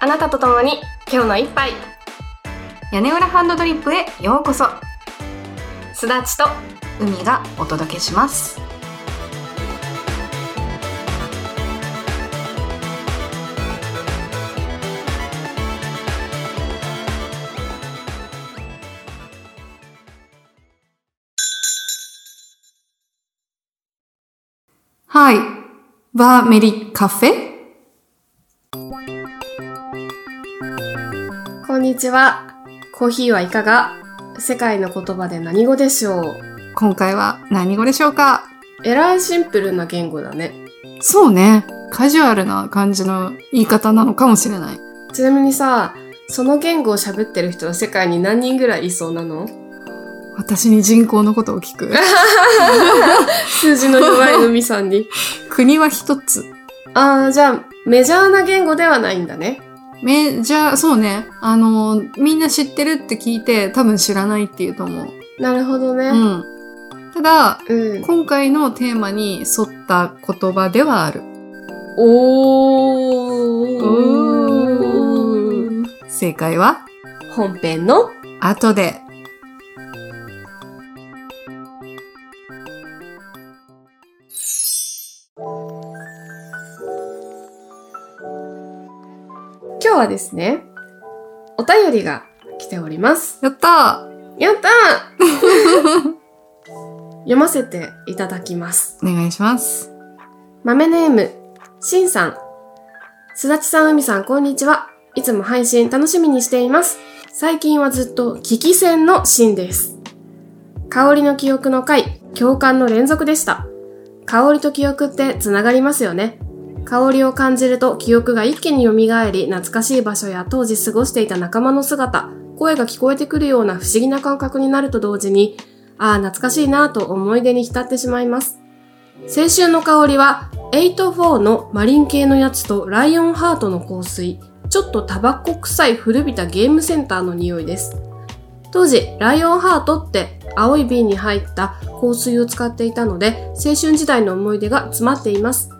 あなたと共に今日の一杯屋根裏ハンドドリップへようこそすだちと海がお届けしますはいバーメリカフェこんにちはコーヒーはいかが世界の言葉で何語でしょう今回は何語でしょうかえらいシンプルな言語だねそうねカジュアルな感じの言い方なのかもしれないちなみにさその言語を喋ってる人は世界に何人ぐらいいそうなの私に人口のことを聞 く数字の弱いのみさん に国は一つああじゃあメジャーな言語ではないんだねメジャーそうねあのみんな知ってるって聞いて多分知らないっていうと思うなるほどうねんただうん、今回のテーマに沿った言葉ではあるおー正解は本編の後で今日はですねお便りが来ておりますやったーやったー 読ませていただきますお願いします豆ネーム、しんさん。すだちさん、うみさん、こんにちは。いつも配信楽しみにしています。最近はずっと、危機戦のしんです。香りの記憶の回、共感の連続でした。香りと記憶ってつながりますよね。香りを感じると記憶が一気に蘇り、懐かしい場所や当時過ごしていた仲間の姿、声が聞こえてくるような不思議な感覚になると同時に、ああ、懐かしいなぁと思い出に浸ってしまいます。青春の香りは、84のマリン系のやつとライオンハートの香水、ちょっとタバコ臭い古びたゲームセンターの匂いです。当時、ライオンハートって青い瓶に入った香水を使っていたので、青春時代の思い出が詰まっています。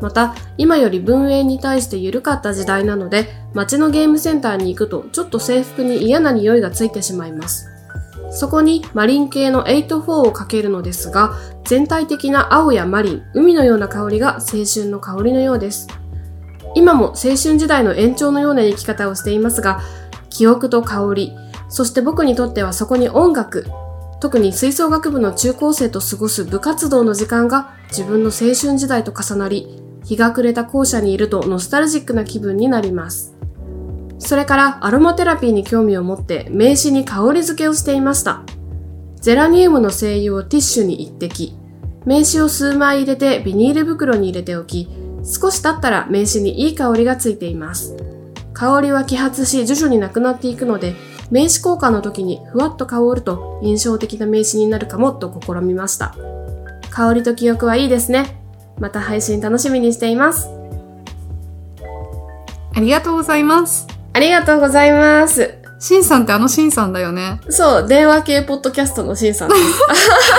また、今より文営に対して緩かった時代なので、街のゲームセンターに行くと、ちょっと制服に嫌な匂いがついてしまいます。そこにマリン系の84をかけるのですが、全体的な青やマリン、海のような香りが青春の香りのようです。今も青春時代の延長のような生き方をしていますが、記憶と香り、そして僕にとってはそこに音楽、特に吹奏楽部の中高生と過ごす部活動の時間が自分の青春時代と重なり、日が暮れた校舎にいるとノスタルジックな気分になります。それからアロマテラピーに興味を持って名刺に香り付けをしていました。ゼラニウムの精油をティッシュに一滴、名刺を数枚入れてビニール袋に入れておき、少し経ったら名刺にいい香りがついています。香りは揮発し徐々になくなっていくので、名刺交換の時にふわっと香ると印象的な名刺になるかもと試みました。香りと記憶はいいですね。また配信楽しみにしています。ありがとうございますありがとうございます。しんさんってあのしんさんだよねそう、電話系ポッドキャストのしんさんです。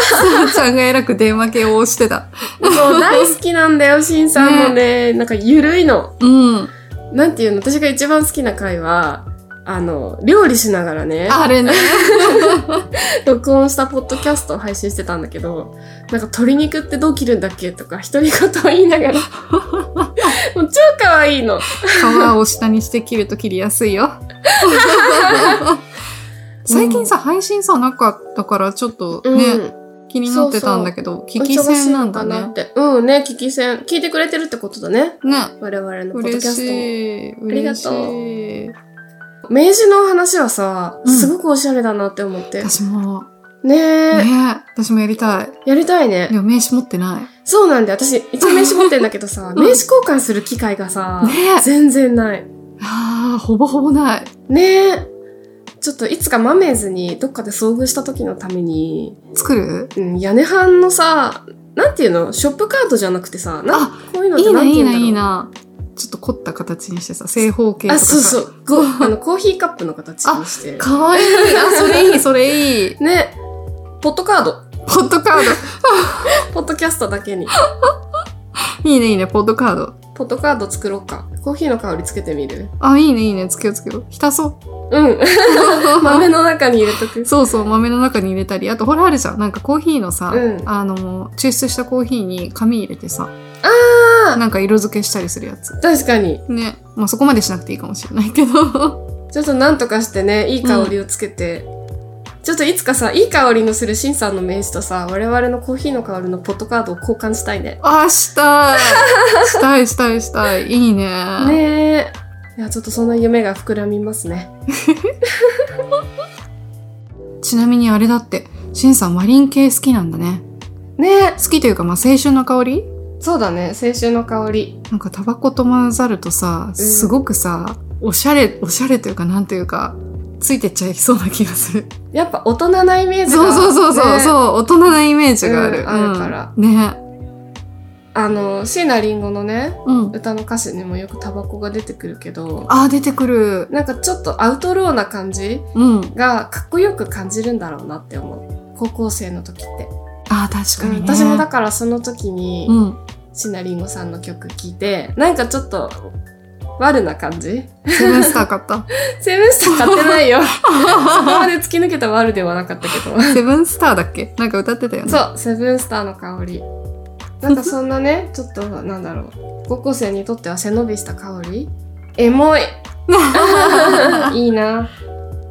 さあちゃんが偉く電話系を押してたそう、大好きなんだよ、しんさんもね。なんかゆるいの。うんなんていうの私が一番好きな回は、あの、料理しながらね、あれね録音したポッドキャストを配信してたんだけど、なんか鶏肉ってどう切るんだっけとか、独り言を言いな がら。もう超可愛いの。皮を下にして切ると切りやす いよ最近さ配信さなかったからちょっとうね、ん。気になってたんだけど、聞きお忙しい戦なんのだかなっね。て。うんね、聞き戦。聞いてくれてるってことだね。ね。我々のポッドキャ嬉ストも。しい。ありが嬉しとうい。明治の話はさ、うんすごくおしゃれだなって思って。私も、ねねえ、私もやりたい。やりたいねで。も名刺持ってない。そうなんで、私、一応名刺持ってんだけどさ、名刺交換する機会がさ、ね全然ない。ああ、ほぼほぼない。ねえ。ちょっといつかマメーズにどっかで遭遇した時のために、作るうん、屋根班のさ、なんていうのショップカードじゃなくてさ、なんあ、こういうのっいてないな、んてい言いうんだな、ろういいな。ちょっと凝った形にしてさ、正方形とあ、かさ。そうそう。こうあの、コーヒーカップの形にして。かわいい。あ、それいい、それいい。ね。ポッドカード。ポッドカーポッドキャストだけに。ド。いいね、いいね、ポッドカード。ポットカード作ろうか。コーヒーの香りつけてみるあ、いいね、いいね。つけようつけよう。浸そう。 うん。豆の中に入れとく。そうそう、豆の中に入れたり。あと、ほらあるじゃん。なんかコーヒーのさ、うんあの、抽出したコーヒーに紙入れてさ、あなんか色付けしたりするやつ。ー確かに。ね。まあ、そこまでしなくていいかもしれないけど。 ちょっとなんとかしてね、いい香りをつけて。ちょっといつかさ、いい香りのするシンさんの名刺とさ、我々のコーヒーの香りのポットカードを交換したいね。あ、したい。 したい、したい、したい。いいね。ねえ。いや、ちょっとその夢が膨らみますね。ちなみにあれだって、しんさんマリン系好きなんだね。ねえ。好きというか、まあ、青春の香りそうだね、青春の香り。なんかタバコと混ざるとさ、すごくさ、おしゃれ、おしゃれというか、なんというか、ついてっちゃいそうな気がする。やっぱ大人なイメージが。そうそうそうそう、ねそう、大人なイメージがある。うんあるからうんね。あの、椎名林檎のね、うん。歌の歌詞にもよくタバコが出てくるけど、あー、出てくる。なんかちょっとアウトローな感じうん。がかっこよく感じるんだろうなって思う。高校生の時って。あー、確かにね。私もだからその時に、うん。シナリンゴさんの曲聴いて、なんかちょっと、悪な感じセブンスター 買った。セブンスター買ってないよ。そこまで突き抜けた悪ではなかったけど。セブンスターだっけなんか歌ってたよね。そう、セブンスターの香り。なんかそんなね、ちょっと、なんだろう。高校生にとっては背伸びした香りエモいいいな。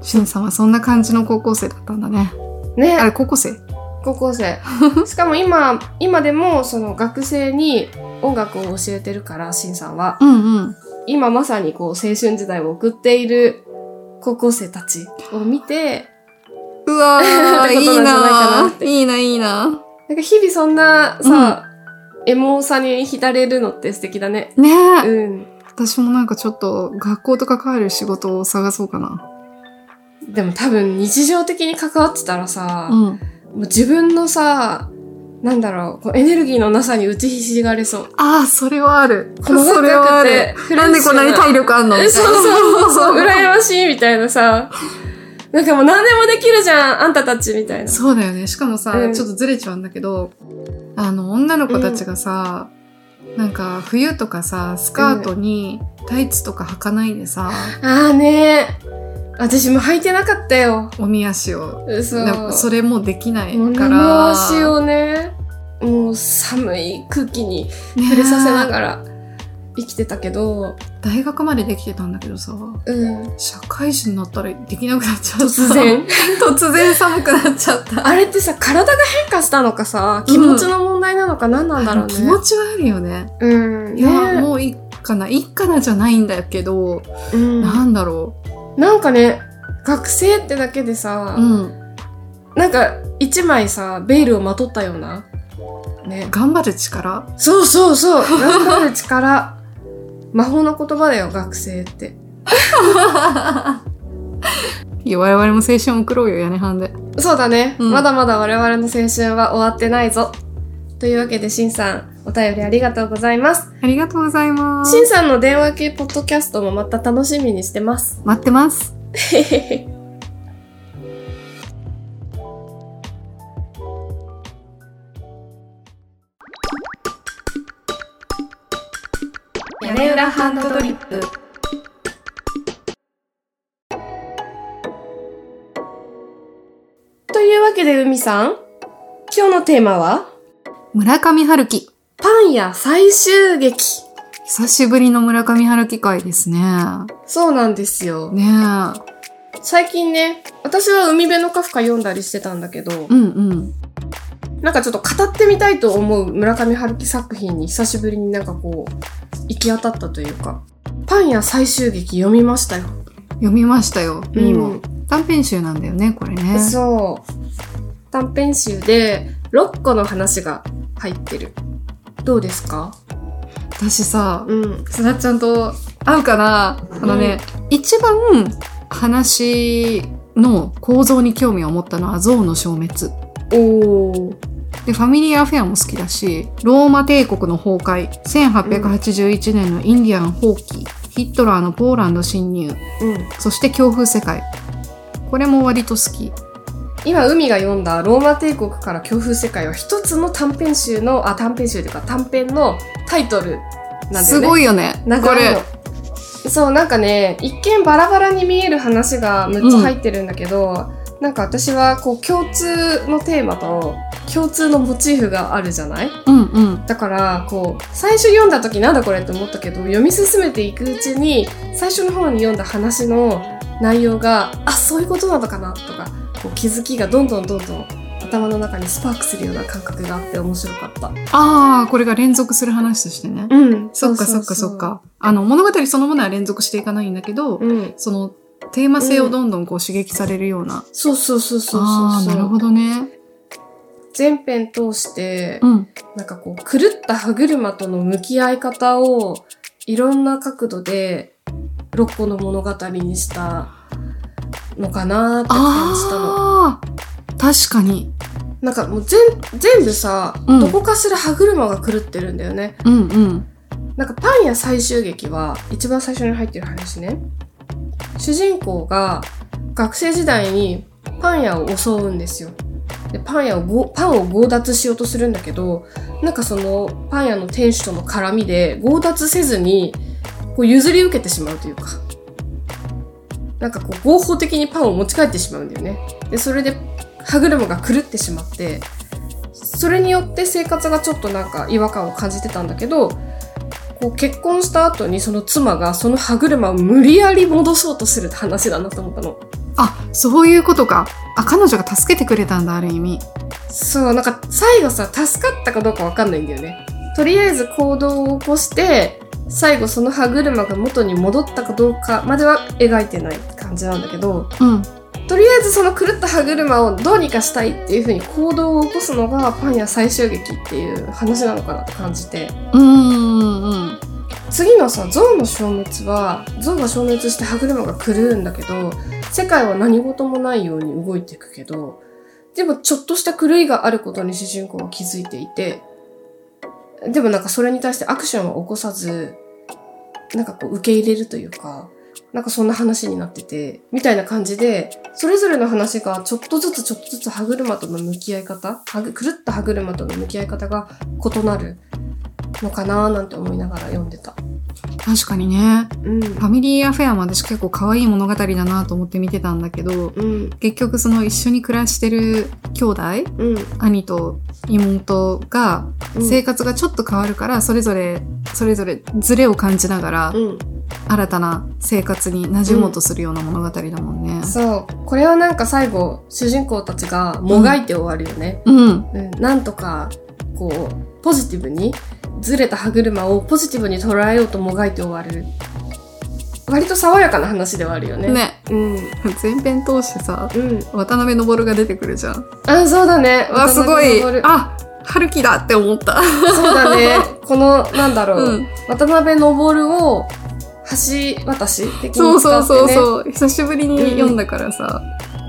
しんさんはそんな感じの高校生だったんだね。あね、れ、高校生高校生。しかも今、今でもその学生に音楽を教えてるから、シンさんは。うんうん。今まさにこう青春時代を送っている高校生たちを見て、うわっー、 てこいといなんじゃないかななっていいな、いいな。なんか日々そんなさ、エモさに浸れるのって素敵だね。ねえ、うん。私もなんかちょっと学校と関わる仕事を探そうかな。でも多分日常的に関わってたらさ、もうん。う自分のさ、なんだろう、こうエネルギーのなさに打ちひしがれそう。ああ、それはある。細かくて それはある。フレッシュななんでこんなに体力あんのえみたい なそうそうそう、羨ましいみたいなさ、なんかもう何でもできるじゃん、あんたたちみたいな。そうだよね。しかもさ、うんちょっとずれちゃうんだけど、あの、女の子たちがさ、なんか冬とかさ、スカートにタイツとか履かないでさ、あーねー私も履いてなかったよ。おみ足を。嘘。なんかそれもできない物から。回しをねもう寒い空気にね触れさせながら生きてたけど、大学までできてたんだけどさ、うん、社会人になったらできなくなっちゃった。突。 然突然寒くなっちゃった。あれってさ体が変化したのかさ気持ちの問題なのか何なんだろうね気持ちはあるよね。うんいや、ねもういいかな。いいかなじゃないんだけど、うんなんだろなんかね学生ってだけでさ、う。うん。なんか一枚さベールをまとったようなね頑張る力。そうそう そう頑張る力魔法の言葉だよ学生っていや、我々も青春を送ろうよ、屋根班で。そうだね、うんまだまだ我々の青春は終わってないぞ。というわけで、しんさん、お便りありがとうございます。ありがとうございますし。んさんの電話系ポッドキャストもまた楽しみにしてます。待ってます。 屋根裏ハンドドリップ。というわけで、海さん、今日のテーマは、村上春樹。パン屋最終劇。久しぶりの村上春樹会ですね。そうなんですよ。ねえ。最近ね、私は海辺のカフカ読んだりしてたんだけどう、んうん。なんかちょっと語ってみたいと思う村上春樹作品に久しぶりになんかこう、行き当たったというか、パン屋最終劇読みましたよ。読みましたよ。いいもうんん。短編集なんだよね、これね。そう。短編集で6個の話が入ってる。どうですか私さ、うん。すなっちゃんと合うかなあのね、一番話の構造に興味を持ったのは象の消滅。おー。で、ファミリーアフェアも好きだし、ローマ帝国の崩壊、1881年のインディアン放棄、ヒットラーのポーランド侵入、うん。そして強風世界。これも割と好き。今、海が読んだローマ帝国から強風世界は一つの短編集の、あ、短編集というか短編のタイトルなんだよね。すごいよね。こ長いれの。。そう、なんかね、一見バラバラに見える話が6つ入ってるんだけど、なんか私はこう共通のテーマと共通のモチーフがあるじゃないうんうん。だからこう最初読んだ時なんだこれって思ったけど読み進めていくうちに最初の方に読んだ話の内容があそういうことなのかなとかこう気づきがどんどんどんどん頭の中にスパークするような感覚があって面白かった。ああ、これが連続する話としてね。うん、そっかそっかそっ。か。あの、物語そのものは連続していかないんだけど、うん、その、テーマ性をどんどんこう刺激されるような。そうそうそうそうあそうそあ、う。なるほどね。全編通して、うん。なんかこう、狂った歯車との向き合い方を、いろんな角度で、6個の物語にしたのかなーって感じたの。ああ、確かに。なんかもう全、全部さ、うんどこかしら歯車が狂ってるんだよね。うんうん。なんかパン屋最終劇は、一番最初に入ってる話ね。主人公が、学生時代にパン屋を襲うんですよ。でパン屋をごパンを強奪しようとするんだけどなんかそのパン屋の店主との絡みで強奪せずにこう譲り受けてしまうというかなんかこう合法的にパンを持ち帰ってしまうんだよねでそれで歯車が狂ってしまってそれによって生活がちょっとなんか違和感を感じてたんだけどこう結婚した後にその妻がその歯車を無理やり戻そうとする話だなと思ったの。あ、そういうことか。あ、彼女が助けてくれたんだ、ある意味。そう、なんか最後さ、助かったかどうかわかんないんだよね。とりあえず行動を起こして、最後その歯車が元に戻ったかどうかまでは描いてない感じなんだけど、うん。とりあえずその狂った歯車をどうにかしたいっていう風に行動を起こすのがパン屋最終劇っていう話なのかなって感じて、うんうんうん。次のさ、象の消滅は、象が消滅して歯車が狂うんだけど、世界は何事もないように動いていくけど、でもちょっとした狂いがあることに主人公は気づいていて、でもなんかそれに対してアクションは起こさず、なんかこう受け入れるというか、なんかそんな話になってて、みたいな感じで、それぞれの話がちょっとずつちょっとずつ歯車との向き合い方、はぐ狂った歯車との向き合い方が異なるのかなーなんて思いながら読んでた。確かにね。うん。ファミリーアフェアも私結構可愛い物語だなと思って見てたんだけど、うん。結局その一緒に暮らしてる兄弟、うん。兄と妹がうん生活がちょっと変わるから、それぞれ、それぞれズレを感じながら、うん。新たな生活に馴染もうとするような物語だもんね。そう。これはなんか最後、主人公たちがもがいて終わるよね。うん。うん。なんとか、こう、ポジティブに、ずれた歯車をポジティブに捉えようともがいて終わる。割と爽やかな話ではあるよね。。ね。うん。前編通してさ、うん。渡辺昇が出てくるじゃん。あ、そうだね。わ、すごい渡辺。昇あ、春樹だって思った。そうだね。この、なんだろう。うん渡辺昇を、橋渡し的に使って、ね、そうそうそうそう。久しぶりに読んだからさ。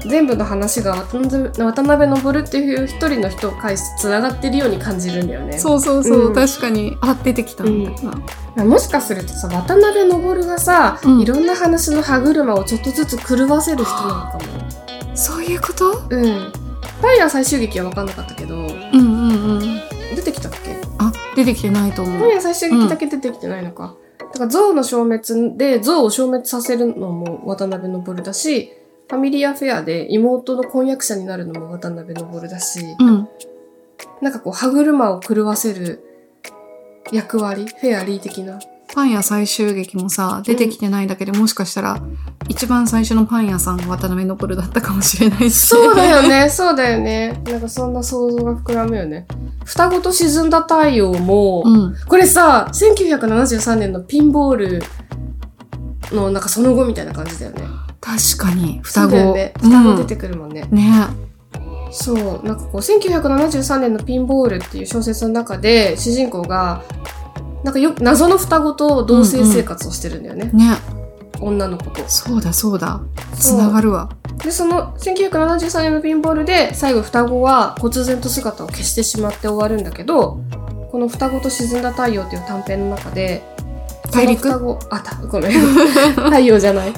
全部の話が渡辺渡辺昇っていう一人の人を介してつながってるように感じるんだよねそうそうそう、うん確かに。あ、出てきたみたいな。もしかするとさ渡辺昇がさ、うんいろんな話の歯車をちょっとずつ狂わせる人なのかもそういうことうんパン屋最終劇は分かんなかったけどうんうんうん。出てきたっけあ、出てきてないと思パンう。屋最終劇だけ出てきてないのか、だから象の消滅で象を消滅させるのも渡辺昇だしファミリーアフェアで妹の婚約者になるのも渡辺昇だし、うん。なんかこう、歯車を狂わせる役割、フェアリー的な。パン屋最終劇もさ、出てきてないだけで、もしかしたら、一番最初のパン屋さんが渡辺昇だったかもしれないし。そうだよね、 そうだよね。なんかそんな想像が膨らむよね。双子と沈んだ太陽も、うん。これさ、1973年のピンボールのなんかその後みたいな感じだよね。確かに。双そうだ子。よね。双子出てくるもんね。うん。ねそう、なんかこう、1973年のピンボールっていう小説の中で、主人公が、なんかよく謎の双子と同棲生活をしてるんだよね。ね女の子と。そうだそうだ。そつうながるわ。で、その1973年のピンボールで、最後双子は忽然と姿を消してしまって終わるんだけど、この双子と沈んだ太陽っていう短編の中で、大陸その双子、あ、た、ご めん。太陽じゃない。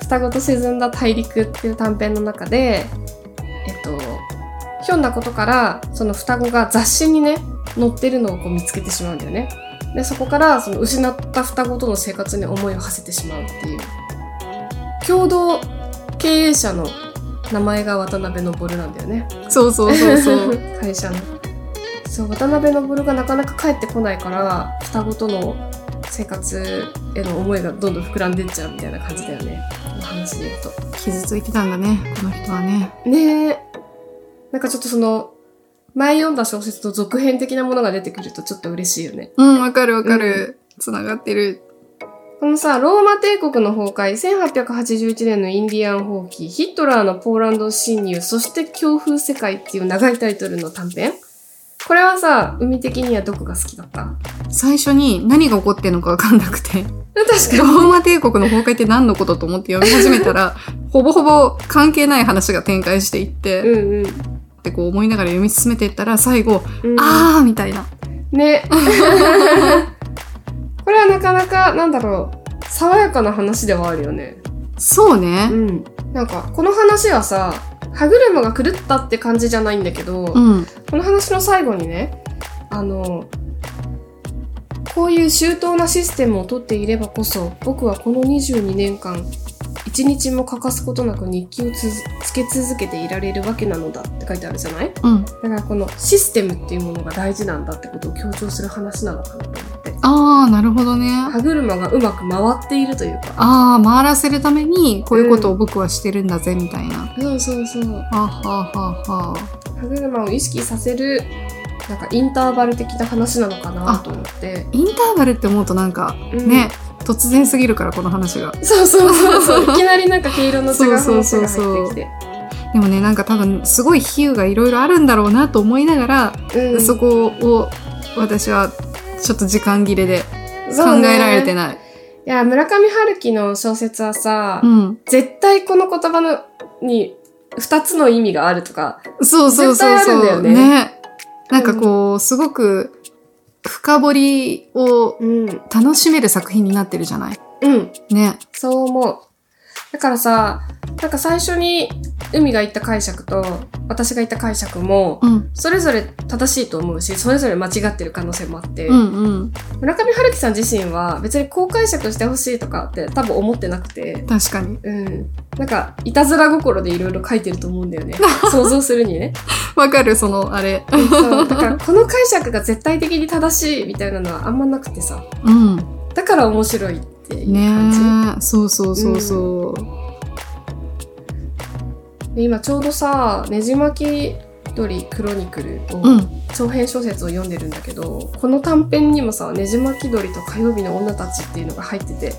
双子と沈んだ大陸っていう短編の中で、えっと、ひょんなことから、その双子が雑誌にね、載ってるのをこう見つけてしまうんだよね。でそこからその失った双子との生活に思いを馳せてしまうっていう共同経営者の名前が渡辺昇なんだよねそうそうそうそう。会社のそう渡辺昇がなかなか帰ってこないから双子との生活への思いがどんどん膨らんでっちゃうみたいな感じだよねこの話で言うと 傷ついてたんだね、この人はね。ねえ。なんかちょっとその、前読んだ小説と続編的なものが出てくるとちょっと嬉しいよね。うん、わかるわかる。つながってる。このさ、ローマ帝国の崩壊、1881年のインディアン放棄、ヒットラーのポーランド侵入、そして強風世界っていう長いタイトルの短編これはさ、海的にはどこが好きだった最初に何が起こってんのかわかんなくて。 確ロかに。ーマ帝国の崩壊って何のことと思って読み始め たら、ほぼほぼ関係ない話が展開していって、っうんうん。てこう思いながら読み進めていったら、最後、うん、あーみたいな。ね。これはなかなか、なんだろう、爽やかな話ではあるよね。そうね。うん、なんかこの話はさ歯車が狂ったって感じじゃないんだけど、うん。この話の最後にねあのこういう周到なシステムをとっていればこそ僕はこの22年間一日も欠かすことなく日記をつづつけ続けていられるわけなのだって書いてあるじゃないうん。だからこのシステムっていうものが大事なんだってことを強調する話なのかなと思ってあー、なるほどね。歯車がうまく回っているというかあー、回らせるために、こういうことを僕はしてるんだぜ、みたいな。そうそうそうはあ、はあはあはあ。歯車を意識させるなんかインターバル的な話なのかなと思って、インターバルって思うとなんか、うんね、突然すぎるから、この話が。そうそうそうそう いきなりなんか毛色の違う話が入ってそうそうそうきてでもね、なんか多分、すごい比喩がいろいろあるんだろうなと思いながら、うんそこを私はちょっと時間切れで考そうねえられてない。いや村上春樹の小説はさ、うん。絶対この言葉のに2つの意味があるとかそうそうそう絶対あるんだそよう。ねなんかこう、すごく深掘りをうん楽しめる作品になってるじゃない。うんね。そう思うだからさなんか最初に海が言った解釈と私が言った解釈もうん。それぞれ正しいと思うしそれぞれ間違ってる可能性もあって、うんうん。村上春樹さん自身は別にこう解釈してほしいとかって多分思ってなくて、確かに。うん。なんか、いたずら心でいろいろ書いてると思うんだ よね。想像するにね。わかるその、あれ。そう。だから、この解釈が絶対的に正しいみたいなのはあんまなくてさ。うん。だから面白いっていう感じ。ねそうそうそうそう。で今ちょうどさ、ねじ巻き鳥クロニクルを、うん。長編小説を読んでるんだけど、この短編にもさ、ねじ巻き鳥と火曜日の女たちっていうのが入ってて、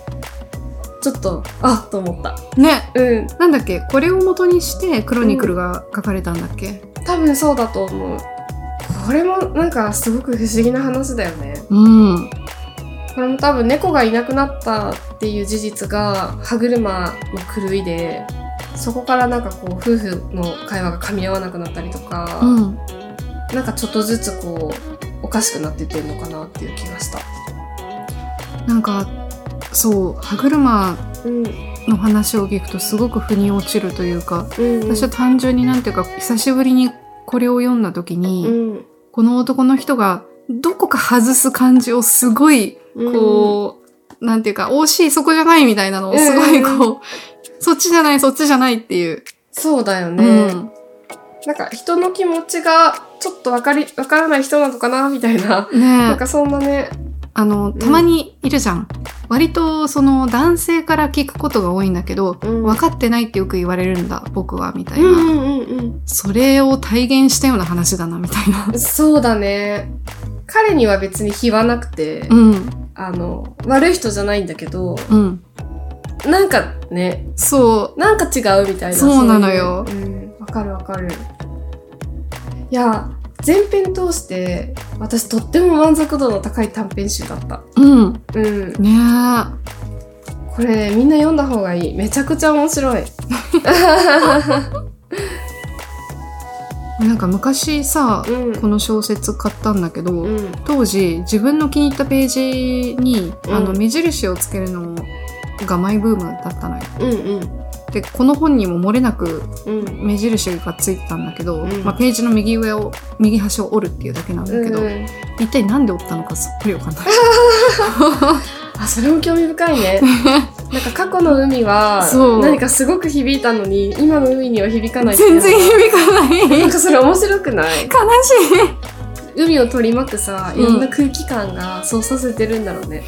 ちょっと、あっと思った。ね。うん。なんだっけこれを元にしてクロニクルが書かれたんだっけ多分そうだと思うこれもなんかすごく不思議な話だよねうん。これも多分猫がいなくなったっていう事実が歯車の狂いでそこからなんかこう夫婦の会話が噛み合わなくなったりとか、うん。なんかちょっとずつこうおかしくなってってるのかなっていう気がしたなんか、そう、歯車うんの話を聞くとすごく腑に落ちるというか、うん私は単純になんていうか久しぶりにこれを読んだ時に、うんこの男の人がどこか外す感じをすごいこう、なんていうか惜しいそこじゃないみたいなのをすごいこう、そっちじゃないそっちじゃないっていう。そうだようね、ん、なんか人の気持ちがちょっとわかりわからない人なのかなみたいな、なんねえかそんなねあのたまにいるじゃん。割とその男性から聞くことが多いんだけど、うん分かってないってよく言われるんだ僕はみたいうな、んうんうんうんそれを体現したような話だなみたいな。そうだね。彼には別に非はなくて、うんあの、悪い人じゃないんだけど、うんなんかね、そうなんか違うみたいな。そうなのよそういううん、わかるわかる。いや、前編通して、私とっても満足度の高い短編集だった。うん。ねうん。え。これ、みんな読んだ方がいい。めちゃくちゃ面白い。なんか昔さ、うん。この小説買ったんだけど、うん。当時自分の気に入ったページに、うんあの目印をつけるのがマイブームだったのよ。うんうん。でこの本にも漏れなくうん。目印がついてたんだけど、うんまあ、ページの右上を右端を折るっていうだけなんだけど、うん一体なんで折ったのかすっごいわかんないあ、それも興味深い ね。なんか過去の海はそう、何かすごく響いたのに、今の海には響かないっていう全のは然響かないな悲んかそれ面白くないしい海を取り巻くさ、うんいろんな空気感がそうさせてるんだろうね。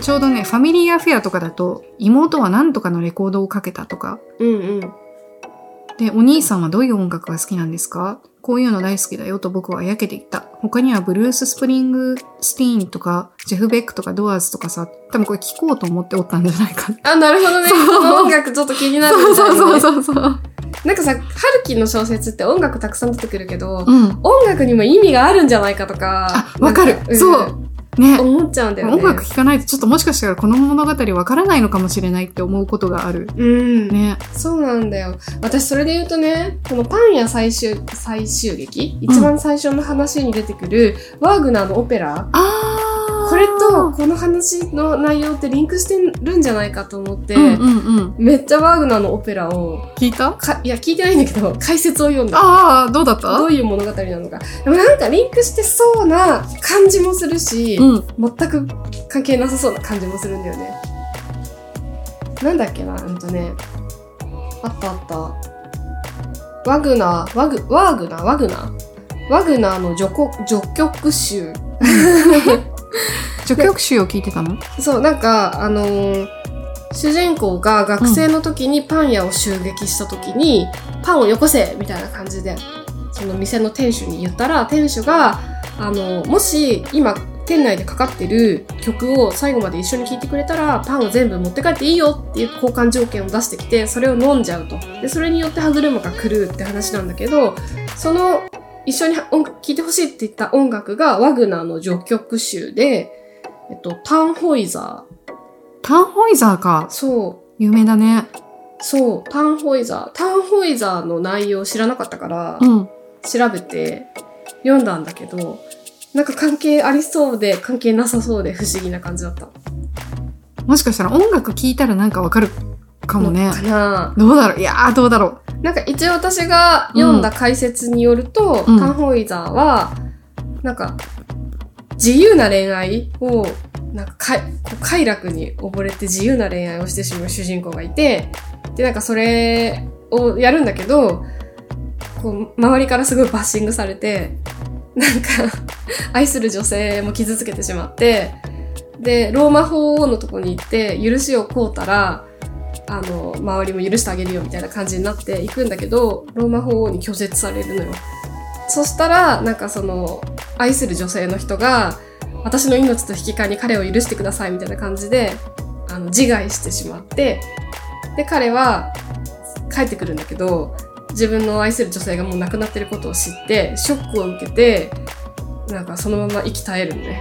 ちょうどね、ファミリーアフェアとかだと、妹は何とかのレコードをかけたとか、うんうん。で、お兄さんはどういう音楽が好きなんですかこういうの大好きだよと僕はやけていった。他にはブルース・スプリング・スティーンとか、ジェフ・ベックとかドアーズとかさ、多分これ聞こうと思っておったんじゃないか。あ、なるほどね。この音楽ちょっと気になるそうみたいな、そね。うそうそう。なんかさ、春樹の小説って音楽たくさん出てくるけど、うん。音楽にも意味があるんじゃないかとかあ、わかるなんそううんね。思っちゃうんだよね。音楽聴かないとちょっともしかしたらこの物語わからないのかもしれないって思うことがある。うん、ね。そうなんだよ。私それで言うとね、このパン屋最終、最終劇一番最初の話に出てくる、ワーグナーのオペラあー。これと、この話の内容ってリンクしてるんじゃないかと思って、うんうんうん。めっちゃワーグナーのオペラを聞いたかいや聞いてないんだけど解説を読んだあー、どうだったどういう物語なのかでもなんかリンクしてそうな感じもするし、うん。全く関係なさそうな感じもするんだよねなんだっけなうんとねあったあったワグナーワグワーグナーワグナーワグナーの序曲序曲集序曲集を聞いてたのそう、なんか、あのー主人公が学生の時にパン屋を襲撃した時に、パンをよこせみたいな感じで、その店の店主に言ったら、店主が、あのーもし今、店内でかかってる曲を最後まで一緒に聴いてくれたら、パンを全部持って帰っていいよっていう交換条件を出してきて、それを飲んじゃうと。で、それによって歯車が狂うって話なんだけど、その、一緒に音楽聴いてほしいって言った音楽が、ワグナーの序曲集で、えっと、タンホイザー。タンホイザーか。そ有名だね。う。そう。タンホイザー。タンホイザーの内容知らなかったから、うん。調べて読んだんだけど、なんか関係ありそうで、関係なさそうで不思議な感じだった。もしかしたら音楽聴いたらなんかわかるかもねの。かなどうだろういやーどうだろなんか一応私が読んだ解説によると、うんタンホイザーは、なんか、自由な恋愛を、なんかかいこう快楽に溺れて自由な恋愛をしてしまう主人公がいて、で、なんかそれをやるんだけど、こう、周りからすごいバッシングされて、なんか、 愛する女性も傷つけてしまって、で、ローマ法王のとこに行って、許しを請うたら、あの、周りも許してあげるよみたいな感じになっていくんだけど、ローマ法王に拒絶されるのよ。そしたら、なんかその、愛する女性の人が、私の命と引き換えに彼を許してくださいみたいな感じで、あの、自害してしまって、で、彼は帰ってくるんだけど、自分の愛する女性がもう亡くなってることを知って、ショックを受けて、なんかそのまま息絶えるのね。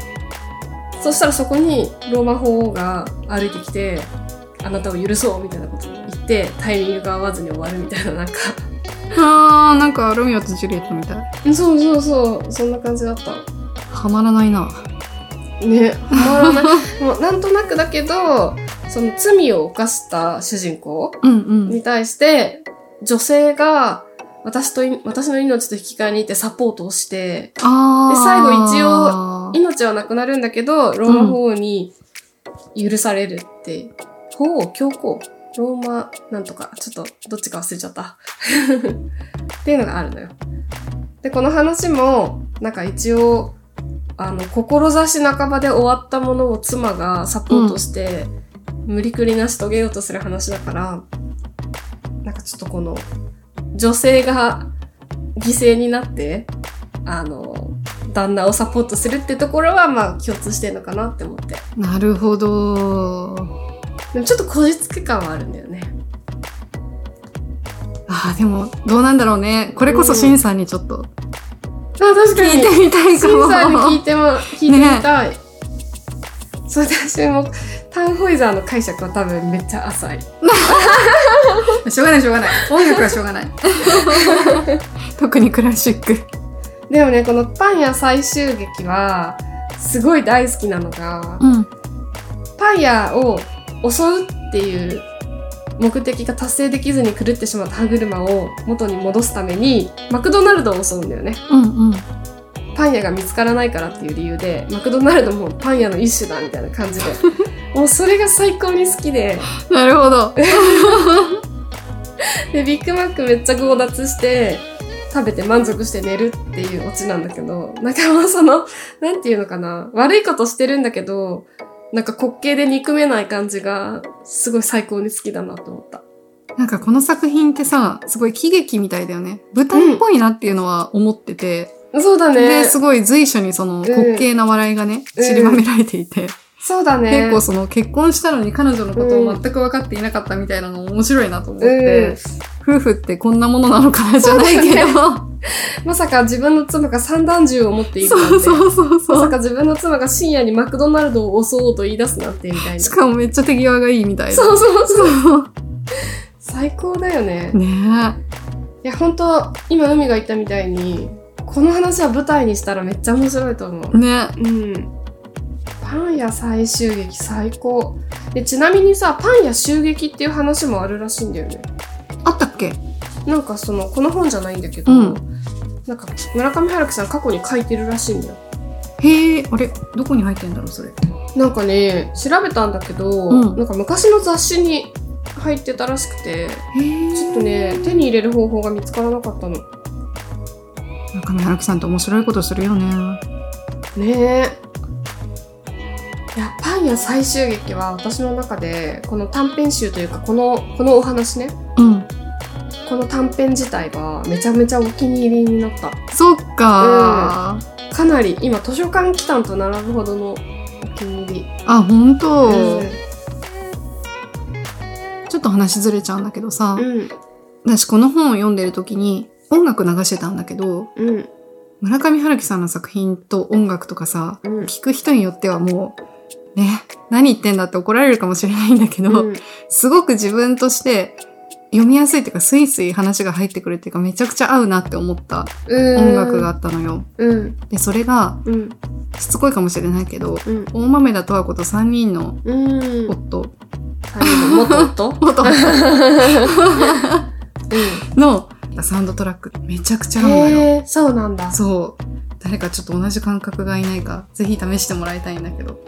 そしたらそこにローマ法王が歩いてきて、あなたを許そうみたいなことを言ってタイミングが合わずに終わるみたいななんかう。あー、なんかロミオとジュリエットみたい。そうそうそうそんな感じだったはまらないな。ねは まらないもうなんとなくだけどその罪を犯した主人公うんうん。に対して女性が私とい私の命と引き換えにってサポートをしてあー。で最後一応命はなくなるんだけどローマ法王に許されるって、法王教皇ローマなんとかちょっとどっちか忘れちゃったっていうのがあるのよでこの話もなんか一応あの志半ばで終わったものを妻がサポートして、無理くり成し遂げようとする話だからなんかちょっとこの女性が犠牲になってあの旦那をサポートするってところはまあ共通してるのかなって思ってなるほど。でもちょっとこじつけ感はあるんだよねあー、でも、どうなんだろうね。これこそシンさんにちょっとあ確聞かいにてみたいかシも。ンさんに聞いても聞いてみたい、そう私もタンホイザーの解釈は多分めっちゃ浅いしょうがないしょうがない。音楽はしょうがない。 特にクラシック。でもねこのパン屋最終劇はすごい大好きなのがうん。パン屋を襲うっていう目的が達成できずに狂ってしまった歯車を元に戻すためにマクドナルドを襲うんだよねうんうん。パン屋が見つからないからっていう理由でマクドナルドもパン屋の一種だみたいな感じでもうそれが最高に好きでなるほど。でビッグマックめっちゃ強奪して食べて満足して寝るっていうオチなんだけど仲間そのなんていうのかな悪いことしてるんだけどなんか滑稽で憎めない感じがすごい最高に好きだなと思ったなんかこの作品ってさ、すごい喜劇みたいだよね。舞台っぽいなっていうのは思ってて、そうだねで、すごい随所にその滑稽な笑いがね、うん散りばめられていて、そうだね結構その結婚したのに彼女のことを全く分かっていなかったみたいなの面白いなと思っうんて、夫婦ってこんなものなのかなじゃないけど、まさか自分の妻が散弾銃を持っているなんてそうそうそうまそさう。か自分の妻が深夜にマクドナルドを襲おうと言い出すなんてみたいなしかもめっちゃ手際がいいみたいな。そうそうそうそう。最高だよねねいや本当今海が言ったみたいにこの話は舞台にしたらめっちゃ面白いと思うえ。ねうんパン屋再襲撃最高でちなみにさパン屋襲撃っていう話もあるらしいんだよねあったっけなんかそのこの本じゃないんだけど、うんなんか村上春樹さん過去に書いてるらしいんだよへえ、あれどこに入ってんだろうそれ。なんかね調べたんだけど、うんなんか昔の雑誌に入ってたらしくてへえ。ちょっとね手に入れる方法が見つからなかったの中村春樹さんって面白いことするよね。ねえいやパン屋最終劇は私の中でこの短編集というかこのこのお話ねうん。この短編自体がめちゃめちゃお気に入りになったそっかー。かなり今図書館期間と並ぶほどのお気に入りあ、ほんと、うんちょっと話ずれちゃうんだけどさ、うん私この本を読んでる時に音楽流してたんだけど、うん村上春樹さんの作品と音楽とかさ、うん聞く人によってはもう、ね、何言ってんだって怒られるかもしれないんだけど、うんすごく自分として読みやすいっていうか、スイスイ話が入ってくるっていうか、めちゃくちゃ合うなって思った音楽があったのよ。うんで、それが、うんしつこいかもしれないけど、うん大豆田十和子と3人のうん夫最後の元夫元うのサウンドトラック、めちゃくちゃん合うのよ。へえそうなんだそう。誰かちょっと同じ感覚がいないか、ぜひ試してもらいたいんだけど。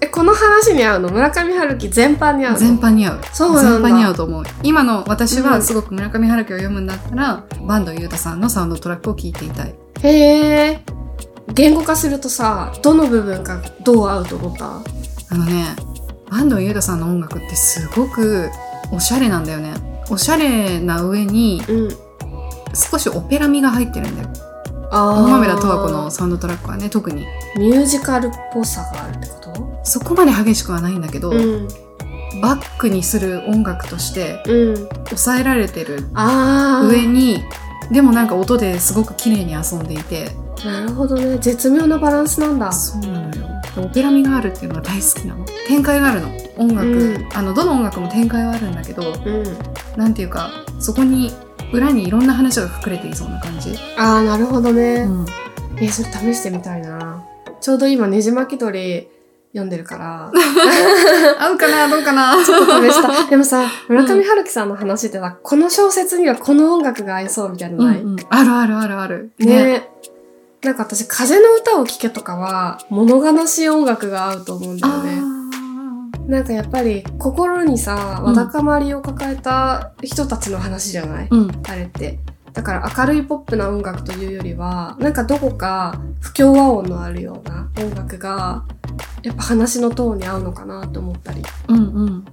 えこの話に合うの村上春樹全般に合うの全般に合う。そうなんだ全般に合うと思う。今の私うはんすごく村上春樹を読むんだったら、坂東裕太さんのサウンドトラックを聴いていたい。へえ言語化するとさどの部分がどう合うと思ったあのね、坂東裕太さんの音楽ってすごくおしゃれなんだよね。おしゃれな上にうん少しオペラ味が入ってるんだよ。あ大豆田十和こ子のサウンドトラックはね、特に。ミュージカルっぽさがあるってことそこまで激しくはないんだけど、んバックにする音楽としてうん抑えられてるああ上に、でもなんか音ですごく綺麗に遊んでいて、なるほどね絶妙なバランスなんだそうなのよ。オペラミがあるっていうのが大好きなの。展開があるの。音楽、うんあの、どの音楽も展開はあるんだけど、うんなんていうか、そこに裏にいろんな話が隠れていそうな感じ。ああなるほどね、うん。えそれ試してみたいなちょうど今ねじ巻き鳥読んでるから合うかなどう かなちょっと試 したでもさ村上春樹さんの話ってさこの小説にはこの音楽が合いそうみたいなのない、うんうんあるあるあるある。ねなんか私、風の歌を聴けとかは、物悲しい音楽が合うと思うんだよあね。なんかやっぱり、心にさ、うわんだかまりを抱えた人たちの話じゃない、ーうん。あれって。だから明るいポップな音楽というよりは、なんかどこか不協和音のあるような音楽が、やっぱ話のトーンに合うのかなと思ったり。うんうん。うん。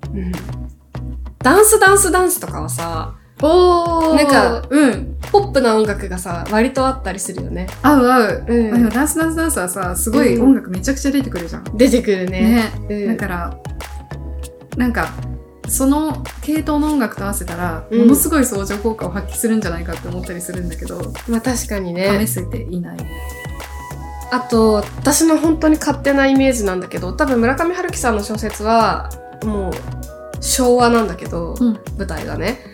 ダンスダンスダンスとかはさ、おなんか、うん。ポップな音楽がさ、割とあったりするよね。合う合う。うんまあでもダンスダンスダンスはさ、すごい音楽めちゃくちゃ出てくるじゃん。出てくるね。ね。うんだから、なんか、その系統の音楽と合わせたら、うんものすごい相乗効果を発揮するんじゃないかって思ったりするんだけど、まあ確かにね試。せていない。あと、私の本当に勝手なイメージなんだけど、多分村上春樹さんの小説は、もう、昭和なんだけど、うん舞台がね。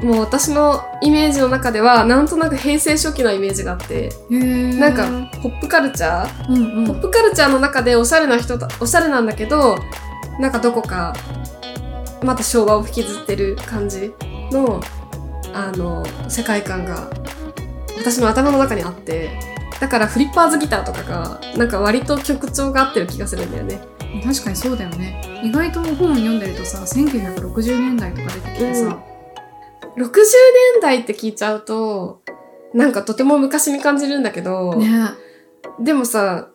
もう私のイメージの中では、なんとなく平成初期のイメージがあって、ななんか、ポップカルチャー、うんうポんップカルチャーの中でおしゃれな人た、おしゃれなんだけど、なんかどこか、また昭和を引きずってる感じの、あの、世界観が、私の頭の中にあって、だからフリッパーズギターとかが、なんか割と曲調が合ってる気がするんだよね。確かにそうだよね意外と本読んでるとさ1960年代とか出てきてさ、 60年代って聞いちゃうと、なんかとても昔に感じるんだけど、ねでもさ、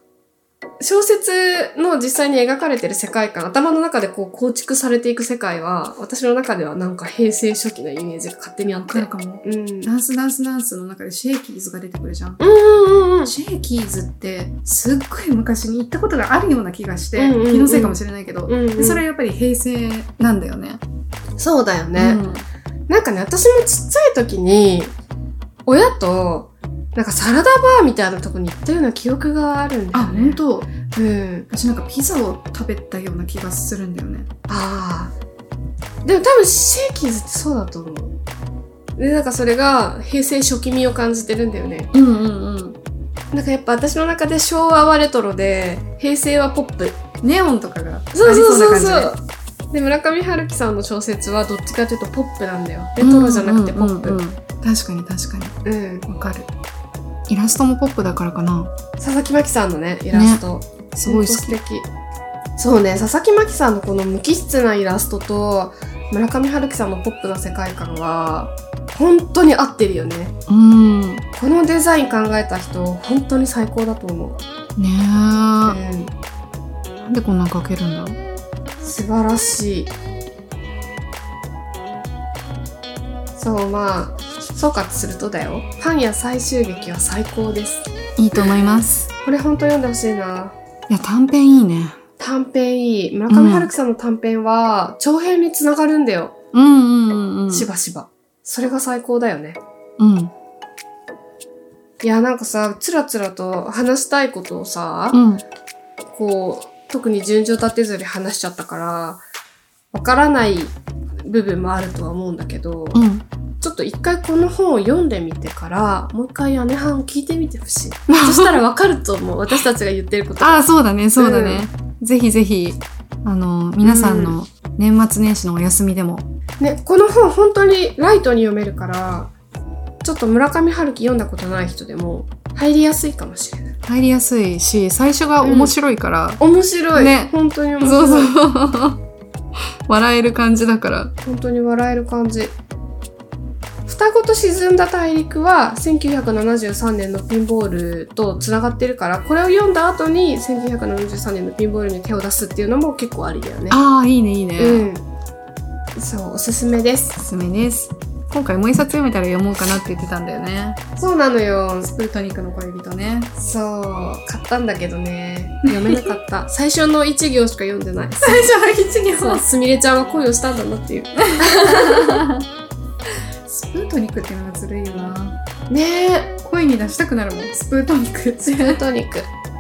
小説の実際に描かれてる世界観、頭の中でこう構築されていく世界は、私の中ではなんか平成初期のイメージが勝手にあっわかてる。かもうん。うんダンスダンスダンスの中でシェイキーズが出てくるじゃんうんうんうん。シェイキーズってすっごい昔に行ったことがあるような気がして、うんうんうん気のせいかもしれないけど、うんうんでそれはやっぱり平成なんだよね。そうだよね、うんなんかね、私もちっちゃい時に、親と、なんかサラダバーみたいなとこに行ったような記憶があるんだあ、よ本ね。当。あ、うん。私なんかピザを食べたような気がするんだよね。ああ。でも多分シェイキーズってそうだと思う。で、なんかそれが平成初期味を感じてるんだよね。うんうんうん。なんかやっぱ私の中で昭和はレトロで、平成はポップ。ネオンとかがありそうそうなそう感じそでう。で、村上春樹さんの小説はどっちかというとポップなんだよ。レトロじゃなくてポップ。うんうんうん確かに確かに。うん。わかる。イラストもポップだからかな。佐々木真希さんのね、イラスト。すごい好本当き。素敵そうね佐々木真希さんのこの無機質なイラストと村上春樹さんのポップな世界観は本当に合ってるよねうん。ねこのデザイン考えた人本当に最高だと思う、え。う、なんんでこんなの描けるんだろう。素晴らしいそうまあ総括するとだよパン屋最終劇は最高ですいいと思います。これ本当読んでほしいないや、短編いいね。短編いい村上春樹さんの短編は長編につながるんだよ、うんうんうんうん。しばしばそれが最高だよねうん。いや、なんかさ、つらつらと話したいことをさ、うん。こう、特に順序立てずに話しちゃったから、わからない部分もあるとは思うんだけど、うん。ちょっと一回この本を読んでみてから、もう一回姉はんを聞いてみてほしい。そしたらわかると思う。私たちが言ってること。ああ、そうだね、そうだね。ぜひぜひ、あの、皆さんの年末年始のお休みでも。ね、この本本当にライトに読めるから、ちょっと村上春樹読んだことない人でも入りやすいかもしれない。入りやすいし、最初が面白いから、面白い。ね本当に面白い。そうそう。笑える感じだから。本当に笑える感じ双子と沈んだ大陸は1973年のピンボールとつながってるからこれを読んだ後に1973年のピンボールに手を出すっていうのも結構ありだよねああ、いいね、いいね。うんそうおすすめですおすすめです。今回もう一冊読めたら読もうかなって言ってたんだよね。そうなのよスプートニックの恋人ね。そう買ったんだけどね読めなかった 最初の1行しか読んで ない最初の一そうすみれちゃんは恋をしたんだなっていうスプートニックってのがずるいよな。ねえ声に出したくなるもん、スプートニックっスプートニク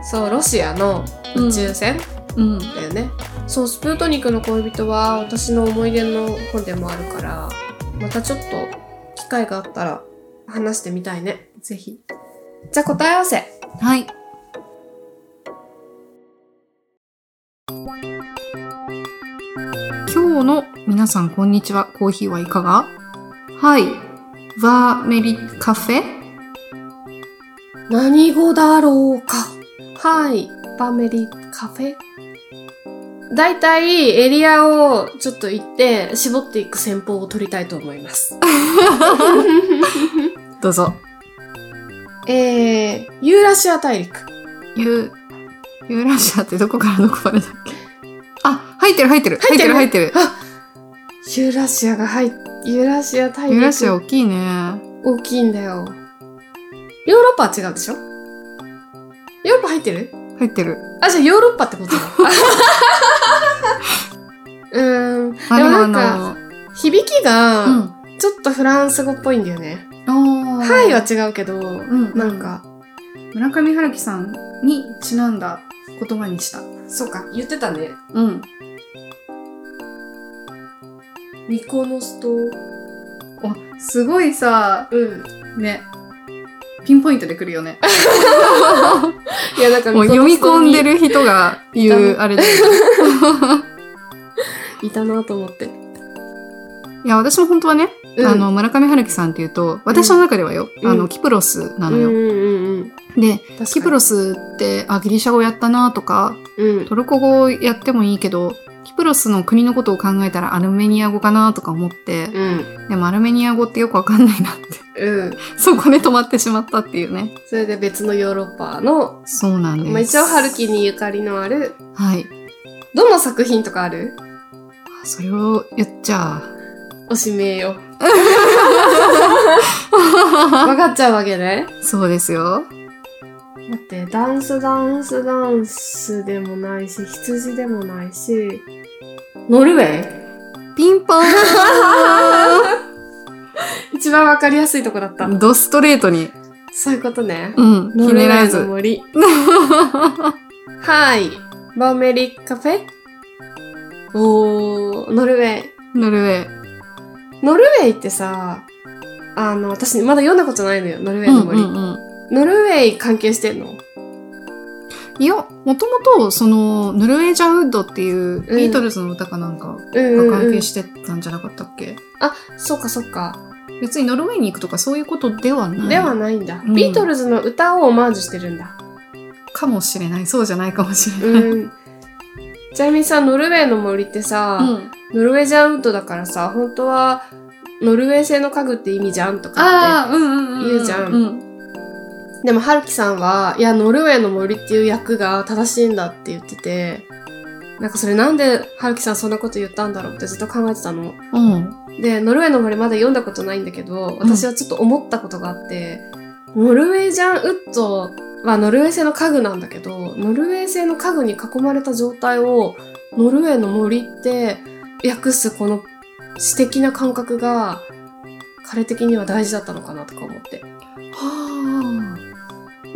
そうロシアの宇て。宙船、うん。だよねそうスプートニクの恋人は私の思い出の本でもあるからまたちょっと機会があったら話してみたいねぜひ。じゃあ答え合わせはい。今日の皆さんこんにちは。コーヒーはいかがはい。バーメリカフェ何語だろうかはいバメリカフェだいたいエリアをちょっと行って絞っていく戦法を取りたいと思い ます。どうぞ。えー、ユーラシア大陸。ユー、ユーラシアってどこからどこまでだっけあ、入ってる入ってる入入っっててるる入ってる。ユーラシアが入っ、ユーラシア大陸。ユーラシア大きいね。大きいんだよ。ヨーロッパは違うでしょヨーロッパ入ってる入ってる。あ、じゃあヨーロッパってことだ。 うーん。であもでもなあんか、の、響きうが、ん。ちょっとフランス語っぽいんだよね。おーはいは違うけど、んなんか、村上春樹さんにちなんだ言葉にした。そうか、言ってたね。うん。ミコノスト。お、すごいさ、うん。ね。ピンポイントで来るよね。いや、なんか もう読み込んでる。 る人が言う、あれだよね。いたなと思って。いや、私も本当はね、うんあの、村上春樹さんっていうと、私の中ではよ、うんあの、キプロスなのうんよ。うんうんで、確かにキプロスって、あ、ギリシャ語やったなとか、うんトルコ語やってもいいけど、キプロスの国のことを考えたらアルメニア語かなとか思って、うんでもアルメニア語ってよくわかんないなって、 うんそこで止まってしまったっていうね。それで別のヨーロッパの、そうなんです。まあ、一応ハルキにゆかりのあるはい。どの作品とかあるそれを言っちゃおしめよあ。分かっちゃ うわけねそうですよ。待ってダンスダンスダンスでもないし羊でもないしノルウェーピン ポー一番わかりやすいとこだった、ンドストレートに。そういうことね、うん。ノひルウねェらーのず。森 はいバーメリカフェおーノルウェーノルウェー。ノルウェーってさあの私まだ読んだことないのよノルウェーうんの森、うんうんノルウェー関係してんのいや、もともと、その、ノルウェージャンウッドっていう、ビートルズの歌かなんかうんがうんう関ん係してたんじゃなかったっけ、あそっかそっか別にノルウェーに行くとかそういうことではない。ではないんだ、うんビートルズの歌をオマージュしてるんだかもしれない。そうじゃないかもしれない。うんちなみにさノルウェーの森ってさ、んノルウェージャンウッドだからさ本当はノルウェー製の家具って意味じゃんとかっああ、うんうんうん。言うじゃんうん。てでもはるきさんはいやノルウェーの森っていう役が正しいんだって言っててなんかそれなんではるきさんそんなこと言ったんだろうってずっと考えてたのうん。で、ノルウェーの森まだ読んだことないんだけど、ん私はちょっと思ったことがあって、ノルウェージャンウッドはノルウェー製の家具なんだけど、ノルウェー製の家具に囲まれた状態を、ノルウェーの森って訳すこの詩的な感覚が、彼的には大事だったのかなとか思って。は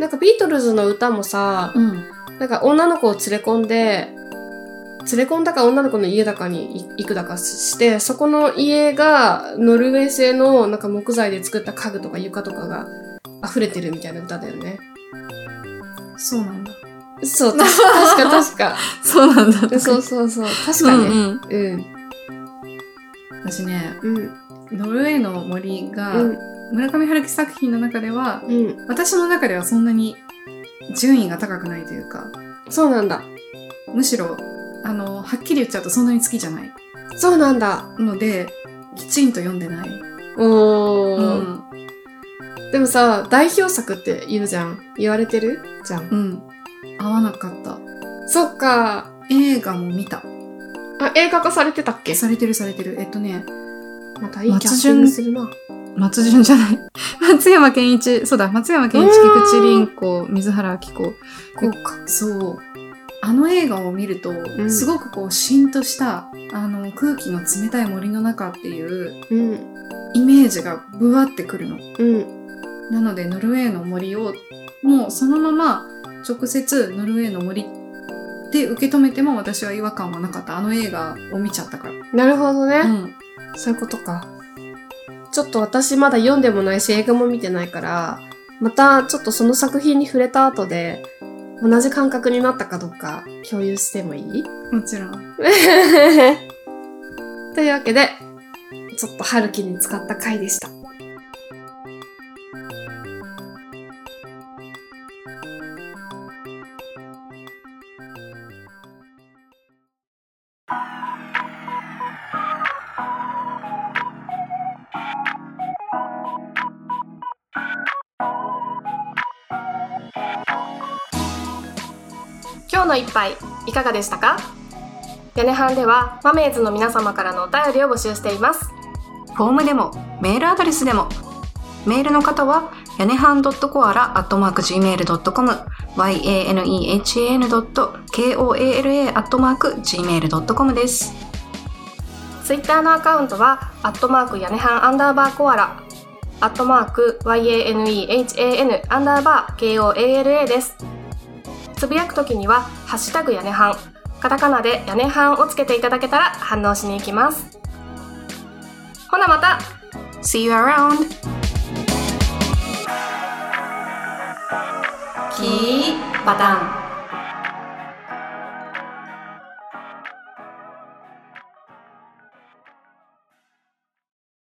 なんかビートルズの歌もさあ。、うん。なんか女の子を連れ込んで、連れ込んだか女の子の家だかに行くだかして、そこの家がノルウェー製のなんか木材で作った家具とか床とかが溢れてるみたいな歌だよね。そうなんだ。そう、 た確か確か。そうなんだ。そうそうそう。確かうね。んうんうん。私ね、うん。ノルウェーの森が、うん。村上春樹作品の中では、うん。私の中ではそんなに順位が高くないというか、そうなんだ。むしろ、あの、はっきり言っちゃうとそんなに好きじゃない。そうなんだ。ので、きちんと読んでない。おうー。ん。でもさ、代表作って言うじゃん。言われてるじゃん。うん。合わなかった。そっか。映画も見た。あ、映画化されてたっけされてるされてる。えっとね、またいいキャスティングするな。松潤じゃない。 松山健一。そうだ、松山健う一、ん菊池凛子、水原希子。こうか。そう。あの映画を見ると、んすごくこう、しんとした、あの、空気の冷たい森の中っていううん。イメージがぶわってくるの。うん。なので、ノルウェーの森を、もうそのまま直接ノルウェーの森で受け止めても私は違和感はなかった。あの映画を見ちゃったかなるほどね、ら。うん。そういうことか。ちょっと私まだ読んでもないし映画も見てないから、またちょっとその作品に触れた後で、同じ感覚になったかどうか共有してもいいもちろん。 というわけで、ちょっと春樹に使った回でした。今日の一杯いかがでしたか屋根班ではマメーズの皆様からのお便りを募集していますフォームでも、メールアドレスでも。メールの方は、やねはん .coala.gmail.com、yanehan.koala.gmail.com です。ツイッターのアカウントはアットマーク屋根班アンダーバーコアラアットマーク YANEHAN アンダーバー KOALA ですつぶやくときにはハッシュタグ屋根班カタカナで屋根班をつけていただけたら反応しに行きますほなまた See you around! キーバタン